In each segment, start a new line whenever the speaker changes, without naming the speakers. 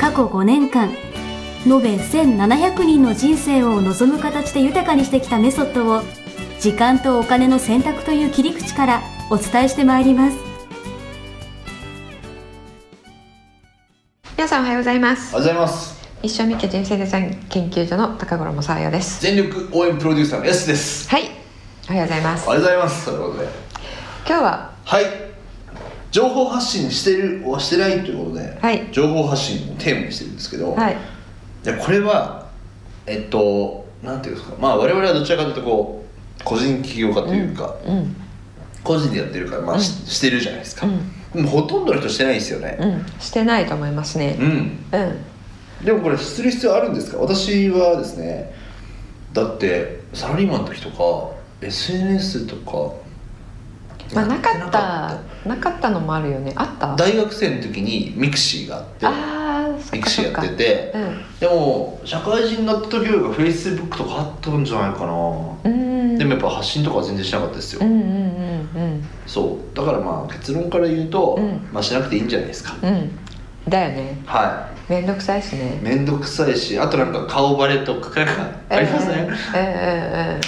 過去5年間延べ1700人の人生を望む形で豊かにしてきたメソッドを時間とお金の選択という切り口からお伝えしてまいります
皆さんおはようございま
お
す
はようございます
一生みっけ人生デザイン研究所の高頃もさあやです
全力応援プロデューサーの S です
はいおはようございます
おはようございますということで
今日は
はい情報発信してるはしてないということで、
はい
情報発信をテーマにしてるんですけど、
はい
でこれはえっとなんていうんですかまあ我々はどちらかというとこう個人起業家というか、
うん
個人でやってるからまあし,、してるじゃないですか、でもほとんどの人してないんですよね
うんしてないと思いますね
うん
うん
でもこれする必要あるんですか私はですねだってサラリーマンの時とか SNS とか
まあなか
や
ってたなかったのもあるよねあった
た
あ
大学生の時にミクシーがあって
あーそっ
ミ
か
クシ
そっ
ーや
か
ってて
うん
でも社会人になった時よりかフェイスブックとかあったんじゃないかな、
うん
でもやっぱ発信とかは全然しなかったですよ、
うんうんうん
そうだからまあ結論から言うと、
うん
まあしなくていいんじゃないですか、
うんうんだよね
は
めんどくさいし
い
ね
面倒くさいしあとなんか顔バレとかなんかありますね、
ね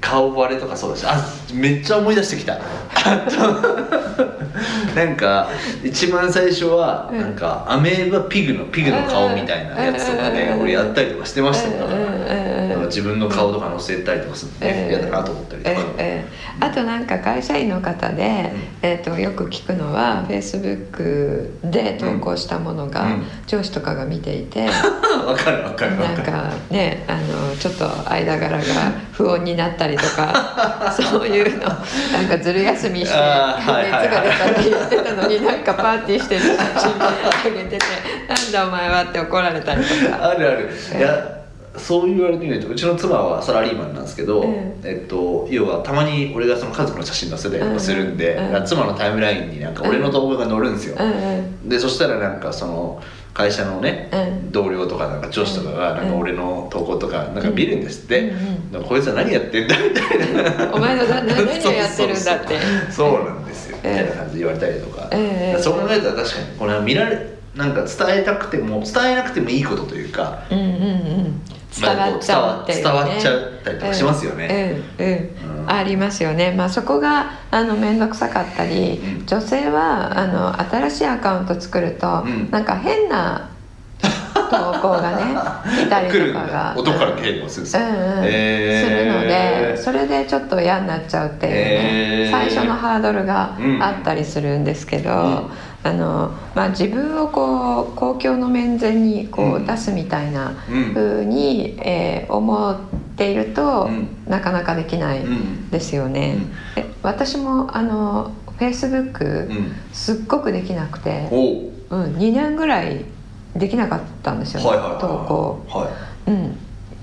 顔バレとかそうだしあめっちゃ思い出してきたあとなんか一番最初は
うん
なんか、アメーバピグのピグの顔みたいなやつとかね、
うん
俺やったりとかしてましたよだから、
うんうんうん
なんか自分の顔とか載せたりとかするの
う
ね、
ん
嫌だなと思ったりと
え
か、
えあとなんか会社員の方で、えー、とよく聞くのはフェイスブックで投稿したものが、
うん
上司とかが見ていて
わかるわかるわ
なん
かる
かねあのちょっと間柄 が不穏になったりとかそういうのなんかずる休みして熱
あーはいはい
が出たって言ってたのになんかパーティーしてる写真上げてて「なんだお前は」って怒られたりとか。
あるあるいやそう言われてみるとうちの妻はサラリーマンなんですけど、
うん
えっと、要はたまに俺がその家族の写真載せたりとかするんで、
うんうん
妻のタイムラインになんか俺の動画が載るんですよ、
うんうん
でそしたらなんかその会社のね、
うん
同僚とかなんか上司とかがなんか俺の投稿とかなんか見るんですって、
うんうん
なんかこいつは何やってんだみたいな
お前のなな何をや ってるんだって。
そうそうなんですよ、
ええ
みたいな感じで言われたりとか、
ええ
そう考えたら確かにこれ見られなんか伝えたくても伝えなくてもいいことというか
うんうんうん伝わっちゃうっていう、ね、
伝わっちゃったりとかしますよね
うんうん、うん
うん
ありますよね、まあ、そこがあの面倒くさかったり、
うん
女性はあの新しいアカウント作ると、
うん
なんか変な投稿が ね来たり
来る
と
ん
か
だ
が
男から警護するんです
うん
よ、
うん
え
するの
え
でそれでちょっと嫌になっちゃうっていうね、
えー
最初のハードルがあったりするんですけど、
うん
あのまあ、自分をこう公共の面前にこ
う
うん出すみたいな
うん
ふうに、えー思っていると、
うん
なかなかできない
うん
ですよね。え私もあの Facebook
うん
すっごくできなくて、
お
う
う
ん2年ぐらいできなかったんですよ、ね
はいはいはい
投稿。
は
うん、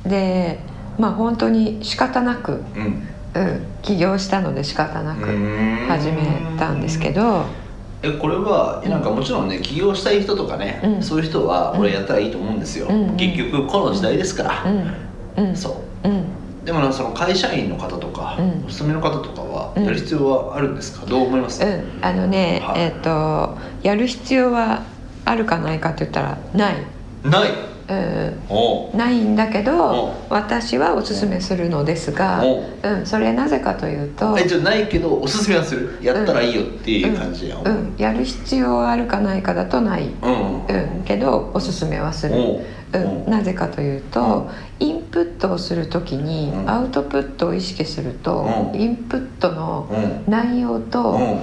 でまあ本当に仕方なく、
いうん
うん、起業したので仕方なく始
始
めたんですけど
えこれはなんかもちろんね起業したい人とかね、
うん
そういう人は俺やったらいいと思うんですよ、
うん
結局この時代ですから
う、んうん
そ
うん
うでもなんかその会社員の方とか、
うん
お勤めの方とかは
うん
やる必要はあるんですか、どう思います、
うんあのね、
はい
えっ、とやる必要はあるかないかって言ったらない、
ない
うん、
おう
ないんだけど
お
私はおすすめするのですが、
おう
うん、それなぜかというと、
えじゃあないけどおすすめはするやったらいいよっていう感じやんう
うんん、やる必要はあるかないかだとない、
うん
うん、けどおすすめはする。
おう
うん、なぜかというと、インプットをするときに
うん
アウトプットを意識すると、
うん
インプットの
うん
内容と
うん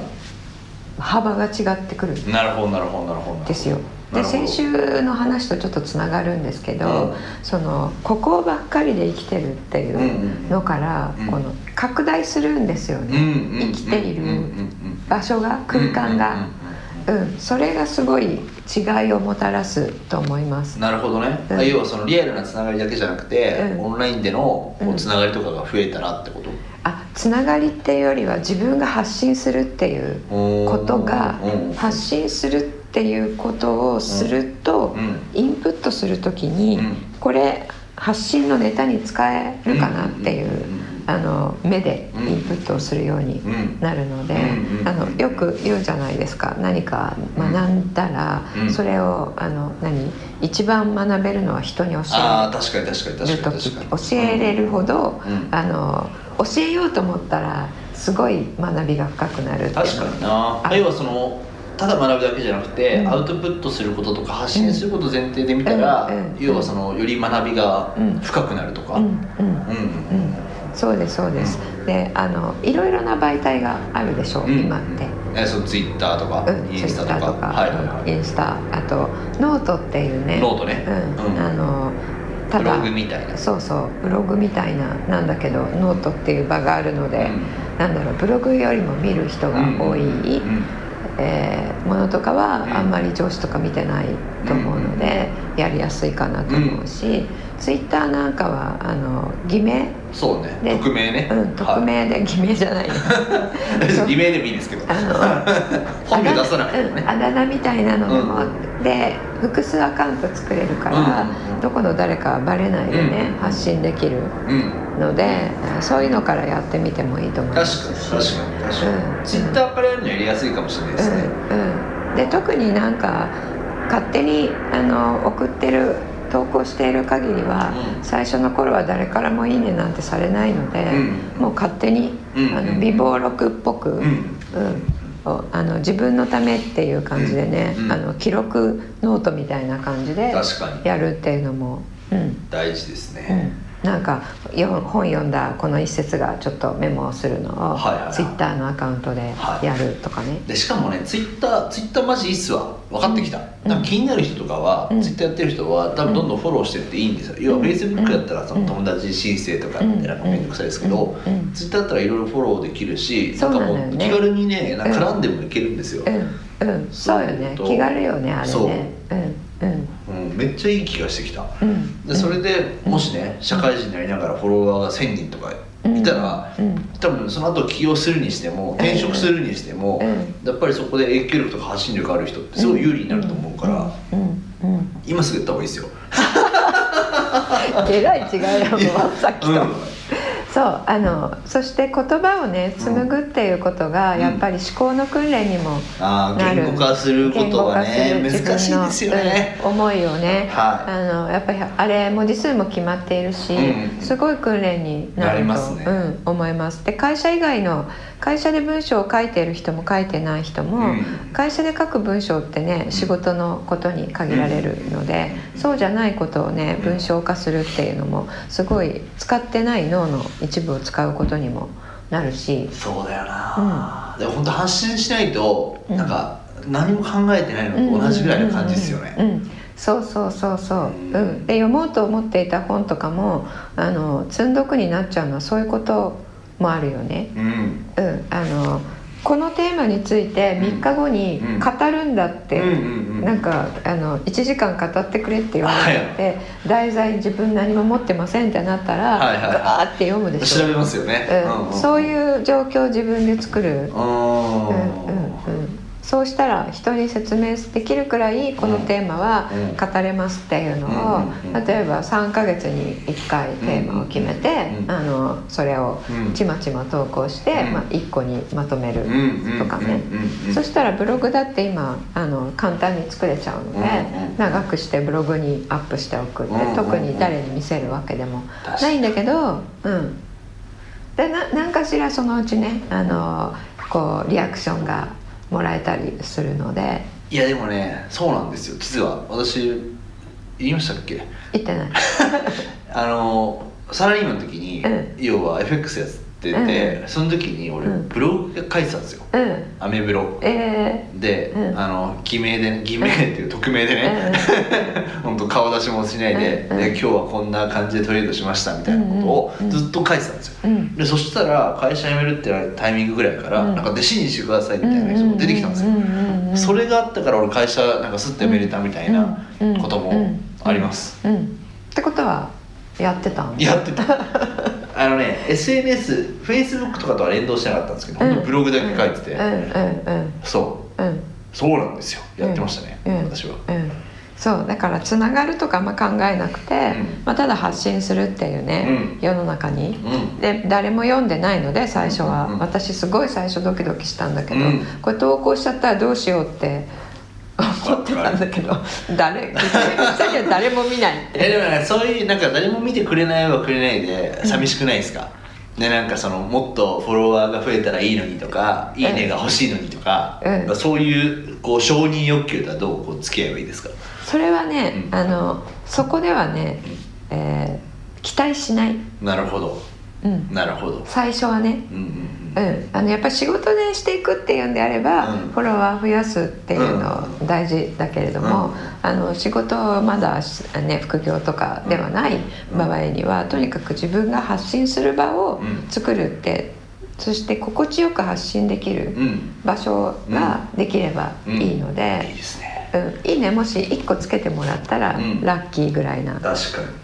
幅が違ってくるん
うんなるほどなるほどなるほどなるほど
ですよ。で
なるほど
先週の話とちょっとつながるんですけど、
うん
そのここばっかりで生きてるってい
うんうん
うのから、
うん
この拡大するんですよね、
うんうんうんうんうんうん
生きている場所が空間が。
うんうんうんうん
うん、それがすごい違いをもたらすと思います。
なるほどね、
うん
あ要はそのリアルなつながりだけじゃなくて、
うん
オンラインでのこ
う
うんつながりとかが増えたなってこと、
あつながりっていうよりは自分が発信するっていう
うん
ことが
うん
発信するっていうことをすると、
うん
インプットするときに、
うん
これ発信のネタに使えるかなっていう、あの目で
うん
インプットをするように
うんうん
なるので、
うんうん
あのよく言うじゃないですか何か学んだら、
うん
それをあの何一番学べるのは人に教
ああ
え
確かに確かに
る
確かに
時
確かに
教えれるほど、
うんうん
あの教えようと思ったらすごい学びが深くなるっていうの
確かにな
あ
要はそのただ学ぶだけじゃなくて、
うん
アウトプットすることとか発信することを前提で見たら、
うんうん
要はそのより学びが
うん
深くなるとか、
う
うん
ん
うん
うん
うん
そうですそうです、であのいろいろな媒体があるでしょう、
うん
今って。
えそのツイッターとか、
うん、
イ
ツイ
ンスタ
ッタ
とか
ーとか、
はいはいはい
インスタあとノートっていうね
ノートね
うん
うん
あのた
ブロ
だ
グみたいな
そうそうブログみたいななんだけどノートっていう場があるので、なんだろうブログよりも見る人が多い、
うんうん
えーものとかは
うん
あんまり上司とか見てないと思うので、やりやすいかなと思うし、ツイッターなんかはあの偽名、
そうね
で
匿名ね、
うん、匿名で偽名じゃないそう
偽名でもいいですけど
あの
本名出さなくても
う
ね
んあだ名みたいなのでも、
う
で複数アカウント作れるから、
うん
どこの誰かはバレないでね、
うん
発信できる
うん
のでそういうのからやってみてもいいと思い
確か
ま
に
すし
確かに確か
う
に
ん
ツイッターからやるのやりやすいかもしれないですね、
うんうん、で特になんか勝手にあの送ってる投稿している限りは、
うん
最初の頃は誰からも「いいね」なんてされないので、
うん
もう勝手に、
うん
あの微暴録っぽく、
うん
うんをあの自分のためっていう感じでね、
うん
あの記録ノートみたいな感じで
確かに
やるっていうのも、うん
大事です
う
ね、
ん、なんかよ本読んだこの一節がちょっとメモをするのを、
はいはいはい
ツイッターのアカウントで
はい
やるとかね。
でしかもねツイッターツイッターマジいいっすわ分かってきた、
うん
なんか気になる人とかは、
うん
ツイッターやってる人は多分どんどんフォローしてっていいんですよ、要は
うん
フェイスブックだったらその
うん
友達申請とかってなんか面倒くさいですけど、
うんうん
ツイッターだったらいろいろフォローできるし
そうな
か
のよね
もう気軽にねなんか絡んでもいけるんですよ、
うんうん、そうよね
そう
気軽よねあれ
そう
ねうんうん
うん、めっちゃいい気がしてきた、
うん
でそれでもしね社会人になりながらフォロワーが1000人とかいたら、
うんうん
多分その後起用するにしても転職するにしても、
う
やっぱりそこで影響力とか発信力ある人ってすごい有利になると思うから、
うんうん
今すぐやった方がいいですよ。
えらい違いだもんさっきと、
うん
そうあのそして言葉をね紡ぐっていうことが、
うん
やっぱり思考の訓練にも
あ
な
あ
る
言語化することはね
言語化
難
す
しい
る
ですよね
自分。のうん思いをね、
はい
あのやっぱりあれ文字数も決まっているし、
うん
すごい訓練にな
なり
ると
ますね
うん、思いますで会社以外の会社で文章を書いている人も書いてない人も、
うん
会社で書く文章ってね仕事のことに限られるので、そうじゃないことをね文章化するっていうのもすごい使ってない脳の一部を使うことにもなるし、
そうだよな。でも本当発信しないと
うん
なんか何も考えてないのと同じぐらいの感じですよ
う
ね。
んそうそうそうそう、
う
うんん、で読もうと思っていた本とかもあの積んどくになっちゃうのはそういうこともあるよね。
うん
うん、あのこのテーマについて3日後に
うん
語るんだって、
うんうんうん
なんかあの1時間語ってくれって言われて、題材自分何も持ってませんってなったら、
はいはいはい
ガーって読むでし
調
ょ、
べますよね。
うんそういう状況を自分で作る、う
う
ん
ん。
うんうん、そうしたら人に説明できるくらいこのテーマは
うん
語れますっていうのを、
うんうんうん
例えば3ヶ月に1回テーマを決めて、
うんうん
あのそれを
うん
ちまちま投稿して、
うん
まあ、1個にまとめる。
うん
とかね
うんうんうん
そしたらブログだって今あの簡単に作れちゃうので、
うんうん
長くしてブログにアップしておくって、
うんうんうん
特に誰に見せるわけでも
確か
な
に
いんだけど、うん、でななんかしらそのうちねあのこうリアクションがもらえたりするので
いやでもねそうなんですよ実は私言いましたっけ
言ってない。
あのサラリーマンの時に、
うん
要は FX やってて、その時に俺
うん
ブログ書いてたんですよ、
うん、
アメブロ
え
で、
うん
あの偽名で偽名っていう匿名で
ー
ね、本当顔出しもしないで,、
うんうん
で今日はこんな感じでトレードしましたみたいなこと
うん
を
うん
ずっと書いてたんですよ、
うんうん
でそしたら会社辞めるってタイミングぐらいから、
うん
なんか弟子にしてくださいみたいな人も出てきたんですよ、
ううううううん
それがあったから俺会社なんかすってめれたみたいな
うん
こともあります、
うん、ってことはやってたん
やって たあのね SNSFacebook とかとは連動してなかったんですけど、本当ブログだけ書いてて、
うんうん
そ
うんうん
うそうなんですよやってましたね、
うん
私は
うんそうだからつながるとかあんま考えなくて、
うん
まあ、ただ発信するっていうね、世の中に
うん
で誰も読んでないので最初は、
うん
私すごい最初ドキドキしたんだけど、
うん
これ投稿しちゃったらどうしようって思ってたんだけど 誰ぶっちゃけ誰も見ないって
えでもなんかそういうなんか誰も見てくれないはくれないで寂しくないですか、ねなんかそのもっとフォロワーが増えたらいいのにとか「いいね」が欲しいのにとか、
うん
そういうこう承認欲求とはどうこう付き合えばいいですか
それはね、
うん
あのそこではね、えー期待しない、
なるほど
うん、
なるほど
最初はね
うんうん
う
うん
ん、あのやっぱり仕事でしていくっていうんであれば、
うん
フォロワー増やすっていうの大事だけれども、
うん
あの仕事をまだ、ね、副業とかではない場合には、とにかく自分が発信する場を
うん
作るって、そして心地よく発信できる
うん
場所ができればいいの
いい
で、
ですね
うんいいねもし1個つけてもらったら、
うん
ラッキーぐらいな、
確か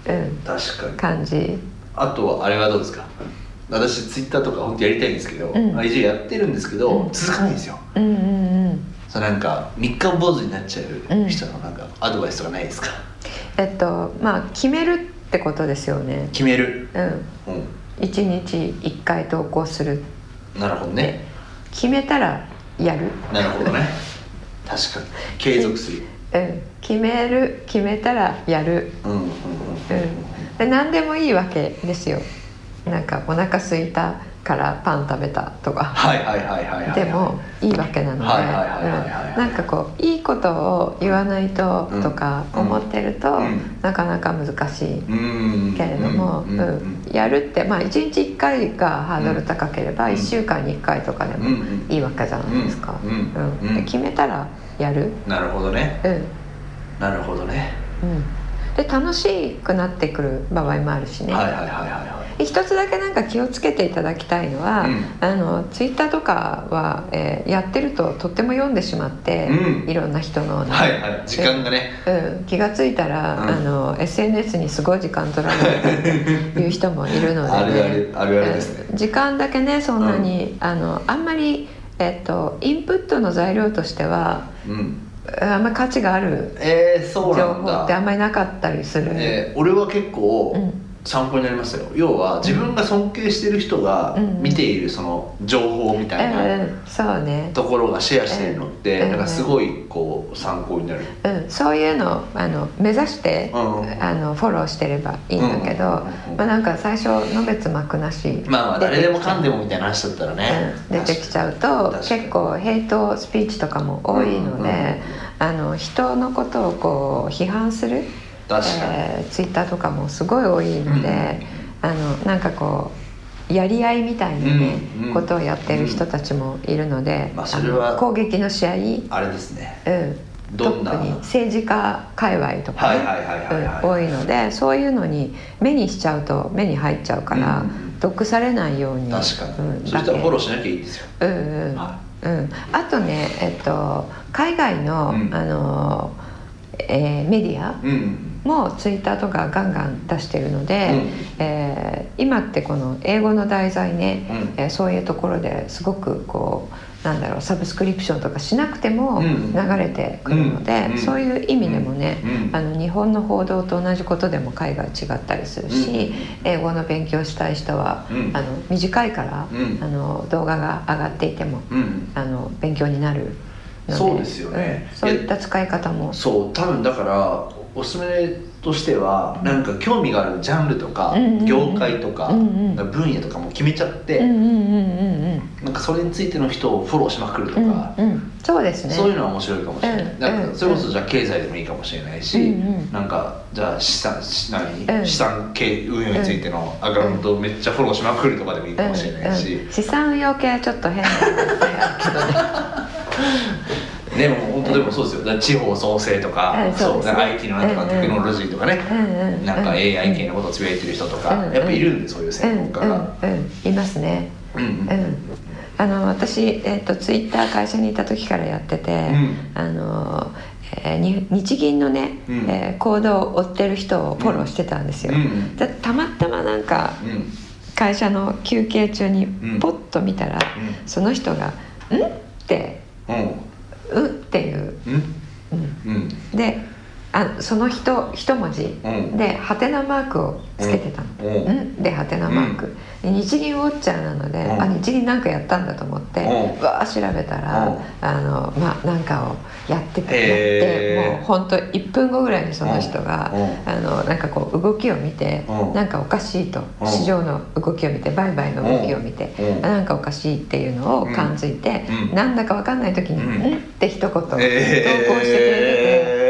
に
うん、
確かに
感じ。
あとはあれはどうですか私ツイッターとか本当やりたいんですけど、
うん
まあ一応やってるんですけど、
うん
続かないんですよ
うんうんうん
そうなんか三日坊主になっちゃう人のなんかアドバイスとかないですか、
えっとまあ決めるってことですよね。
決める
うん
う
1日1回投稿する
んなるほど
って
ね
決めたらやる、
なるほどね 確かに継続する
うん、決める決めたらやる、
うんうんうん
うん、で何でもいいわけですよなんかお腹空いたからパン食べたとか
はいはいはいはいはい
でもいいわけなので
はいはいはいはいはい
うんなんかこういいことを言わないと
うん
とか思ってると、
うん
なかなか難しい
うん
けれども、
うんうんうん
うんやるって、まあ、1日1回がハードル高ければ
うん
1週間に1回とかで
うん
もいいわけじゃないですか、
う
うんん
うん
で決めたらやる、
うんなるほどね
うんうん、
なるほどね
で楽しくなってくる場合もあるしね、
はいはいはいはいはい
で一つだけなんか気をつけていただきたいのは、
うん
あのツイッターとかは、えーやってるととっても読んでしまって、
うん
いろんな人の、
はいはい時間がね
うん、気がついたら、
うん
あの SNS にすごい時間取られるっていう人もいるので、ね、
あるあるあるあるですね
うん時間だけねそんなに、あのあんまり、えっと、インプットの材料としては
うん
うんあんまり価値がある
えー、そ
情
うなん
報ってあ
だ
んまりなかったりする、
えー、俺は結構
うん
参考になりますよ要は自分が尊敬してる人が
うん
見ているその情報み
う
たいなん
うん、そうね、
ところがシェアしてるのって、
うん
なんかすごいこう参考になる、
うん、そういうのあの目指して、
うん
あのフォローしてればいいんだけど、
うん
まあ、なんか最初のべつ幕なし
まあまあ誰でもかんで
も
もみたいな話だったらね、
うん出てきちゃうと
確かに
結構ヘイトスピーチとかも多いので、
うんうん
あの人のことをこう批判する、
確かに、
えーツイッターとかもすごい多いので、あのなんかこうやり合いみたいなね、
うんうん
ことをやってる人たちもいるので、
まあそれは
の攻撃の試合、うん、
あれですね
ト
どんな
ップに政治家界隈とか
はい
ね、
はいはいはいはい、
うん多いのでそういうのに目にしちゃうと目に入っちゃうから、
うん
毒されないように
確かに、
うん
そしたらフォロー
だ
しなきゃいいですよ、
けうんうん
は
うん、あとね、えっと、海外の,、
うん
あのえーメディア
い、うん
もツイッターとかガンガン出してるので、えー今ってこの英語の題材ね、
うん
えーそういうところですごくこうなんだろうサブスクリプションとかしなくても
う
流
ん
れてくるので、
うん
そういう意味でもね、
うん
あの日本の報道と同じことでも海外違ったりするし、英語の勉強したい人は、
うん
あの短いから、
うん
あの動画が上がっていても、
うん
あの勉強になるので
そうですよね
うんそういった使い方も
そう多分だからおすすめとしてはなんか興味があるジャンルとか、
うんうんうん
業界とか、
うんうん
分野とかも決めちゃって、
うんうんうんうんうん
なんかそれについての人をフォローしまくるとか、
うんうん、そうですね
そういうのは面白いかもしれない、
うん
なん
う
か
ん
それこそじゃあ経済でもいいかもしれないし、
うんうん
なんかじゃあ資産し何、
うん
資産系運用についてのアカウントをめっちゃフォローしまくるとかでもいいかもしれないし、
うんうん、資産運用系はちょっと変な
でも本当でもそうですよだから地方創生とか、
うん
そう
そうですね
なんか IT のなんとか
うん
テクノロジーとかね、
うんうん
なんか
うん
AI 系のことをつぶやいてる人とか、
うん
やっぱいるんでそういう
うん
専門家が。
うんうんいますね
うん
うんあの私、えっとツイッター会社にいた時からやってて、
うん
あのえーに日銀のね、
うん
えー行動を追ってる人をフォローしてたんですよ、
うん
でたまたまなんか
うんうん
会社の休憩中に
うん
ポッと見たら、その人が「ん?」って「う」っていう、
うんうん
うん
うん
であその人一文字
うん
でハテナマークをつけてたの
うん
「ん?」でハテナマーク、で日銀ウォッチャーなので、
うん
あ日銀なんかやったんだと思って、
うん
わあ調べたら、
うん
あのまあなんかをやってて、
へー
やってもうほんと1分後ぐらいにその人が、
う
あのなんかこう動きを見て、
うん
なんかおかしいと、
うん
市場の動きを見て売買の動きを見て、
うんうん
あなんかおかしいっていうのを感づいて、
うん
なんだかわかんない時に「
うん
ん?」って一言投稿してくれてて。
えー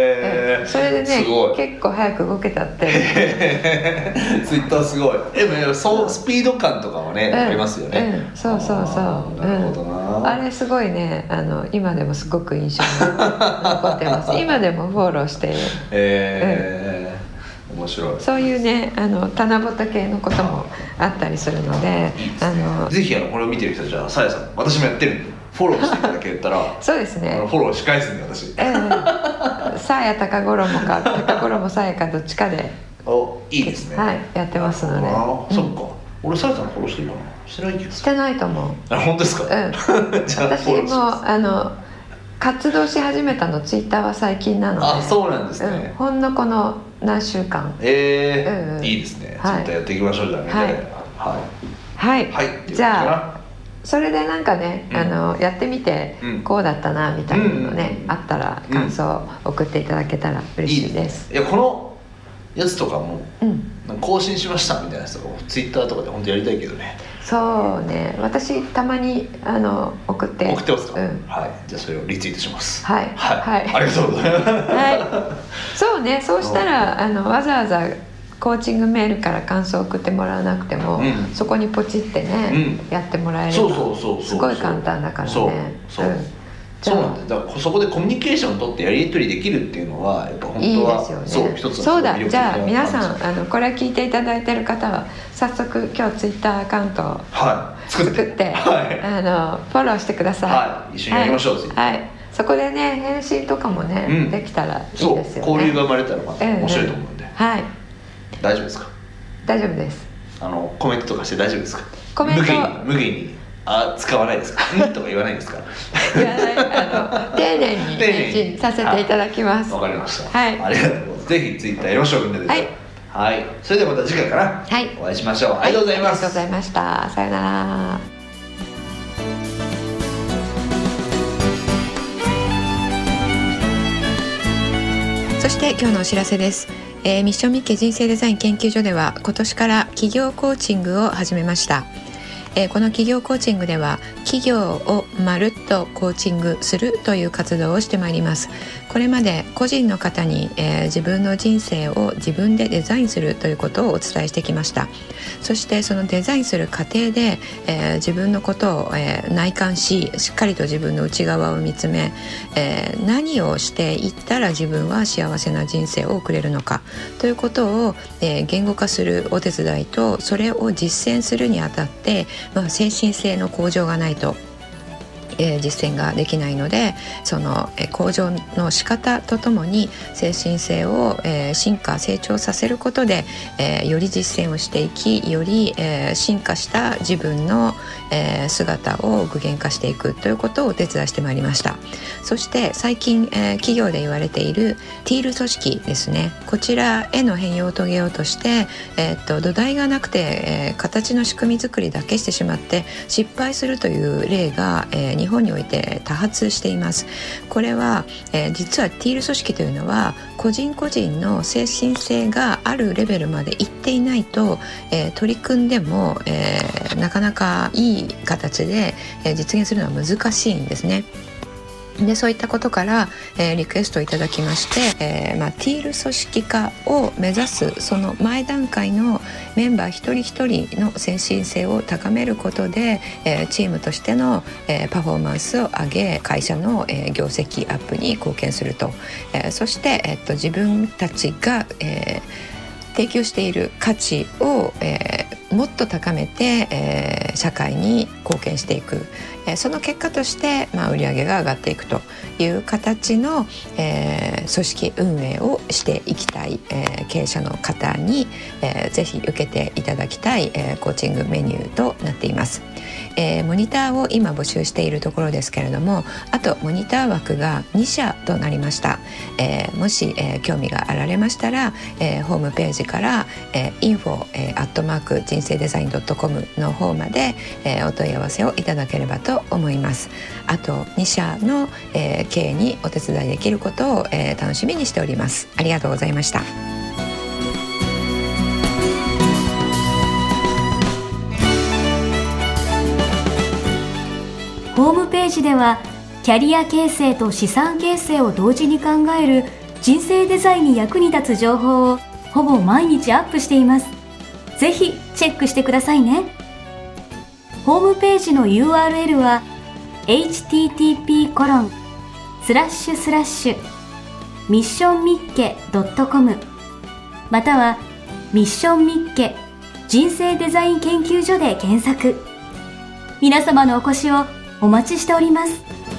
それでね
すごい
結構早く動けたって
ツイッターすごいえでもそうスピード感とかはね、
うん
ありますよね、
うんそうそうそう
あーなるほどな、
あれすごいねあの今でもすごく印象に残ってます 今でもフォローしている
えー面白い
そういうねあの七夕系のこともあったりするので
いいです
あ
ね
の
ぜひあのこれを見てる人じゃあさやさん私もやってるんでフォローしていただけたら
そうです
あ
ね
のフォローし返すんで私
ええ さや高五郎もか高五郎もさやかどっちかで
おいいですね
はいやってますので
あーそっ
うん
か、俺さやさんフォローしてるかなしてない気が
し
す
てないと思う
るあ本当ですか、じゃあ
私
フォローします
もあの活動し始めたのツイッターは最近なので
あそうなんですね
うん、ほんのこの何週間
えー
うんうん
いいですね、
はい
ツイッターやっていきましょうじゃあみんなでは
はい、
い、はいっていう感
じ
か
ゃあ
な
それでなんかね、
うん
あのやってみて、
うん
こうだったなみたいなのね
う、んうん
あったら
うん
感想を送っていただけたら嬉しいです
いやこのやつとかも
うん、
なんか更新しましたみたいなやつとかもツイッターとかで本当やりたいけどね
そうね私たまにあの送って
送ってますか、
うん、
はいじゃあそれをリツイートします
はい
はい、
はい
ありがとうございます
はい、そうねそうしたらあのわざわざコーチングメールから感想を送ってもらわなくても、
うん
そこにポチってね、やってもらえれば
そうそうそうそう
すごい簡単だからね
そうそう
じゃ
そ
あ
うなんだよだからそこでコミュニケーションを取ってやり取りできるっていうのはやっぱ本
い
当
い
は
ですよね
そう一つの
そうだ
魅力的
じ
な
ゃあ皆さ
感
んあのこれ聞いていただいてる方は早速今日ツイッターアカウントを
じはい作って
作って、
はい
あのフォローしてください、
はい一緒にやりましょう
はい
Twitter
はいそこでね返信とかもね、
うん
できたらいいです
そ
よ
う
ね
交流が生まれたらまた面白いと思うんで、
はい
大丈夫ですか
大丈夫です
あのコメントとかして大丈夫ですか
コメント
無限に無限にあ使わないですかうんとか言わないですか
いやあの丁寧に
丁寧
返
に
信させていただきます
わかりました
はい
ありがとうございますぜひツイッターやりましょうみんなで
はい
はい、それではまた次回かな、
はい
お会いしましょうありがとうござい
はあ
ま
りが
す、
とうございましたさよならそして今日のお知らせです、えーミッションミッケ人生デザイン研究所では今年から企業コーチングを始めました、えーこの企業コーチングでは企業をまるっとコーチングするという活動をしてまいりますこれまで個人の方に、えー自分の人生を自分でデザインするということをお伝えしてきましたそしてそのデザインする過程で、えー自分のことを、えー内観ししっかりと自分の内側を見つめ、えー何をしていったら自分は幸せな人生を送れるのかということを、えー言語化するお手伝いとそれを実践するにあたって、まあ、精神性の向上がないとえー実践ができないのでその、えー向上の仕方とともに精神性を、えー進化成長させることで、えーより実践をしていきより、えー進化した自分の、えー姿を具現化していくということをお手伝いしてまいりましたそして最近、えー企業で言われているティール組織ですねこちらへの変容を遂げようとして、えーっと土台がなくて、えー形の仕組み作りだけしてしまって失敗するという例が、えー日本において多発していますこれは、えー実はティール組織というのは個人個人の精神性があるレベルまでいっていないと、えー取り組んでも、えーなかなかいい形で、えー実現するのは難しいんですねでそういったことから、えーリクエストをいただきまして、えーまあ、ティール組織化を目指すその前段階のメンバー一人一人の先進性を高めることで、えーチームとしての、えーパフォーマンスを上げ会社の、えー業績アップに貢献すると、えーそして、えっと自分たちが、えー提供している価値を、えーもっと高めて、えー社会に貢献していく、えーその結果として、まあ、売り上げが上がっていくという形の、えー組織運営をしていきたい、えー経営者の方に、えーぜひ受けていただきたい、えーコーチングメニューとなっています。えーモニターを今募集しているところですけれどもあとモニター枠が2社となりました、えーもし、えー興味があられましたら、えーホームページから、えー、info、えー、アットマーク人生デザイン .com の方まで、えーお問い合わせをいただければと思いますあと2社の、えー経営にお手伝いできることを、えー楽しみにしておりますありがとうございました
ホームページではキャリア形成と資産形成を同時に考える人生デザインに役に立つ情報をほぼ毎日アップしていますぜひチェックしてくださいねホームページの URL は http コロンスラッシュスラッシュミッションミッケ .com またはミッションミッケ人生デザイン研究所で検索皆様のお越しをお待ちしております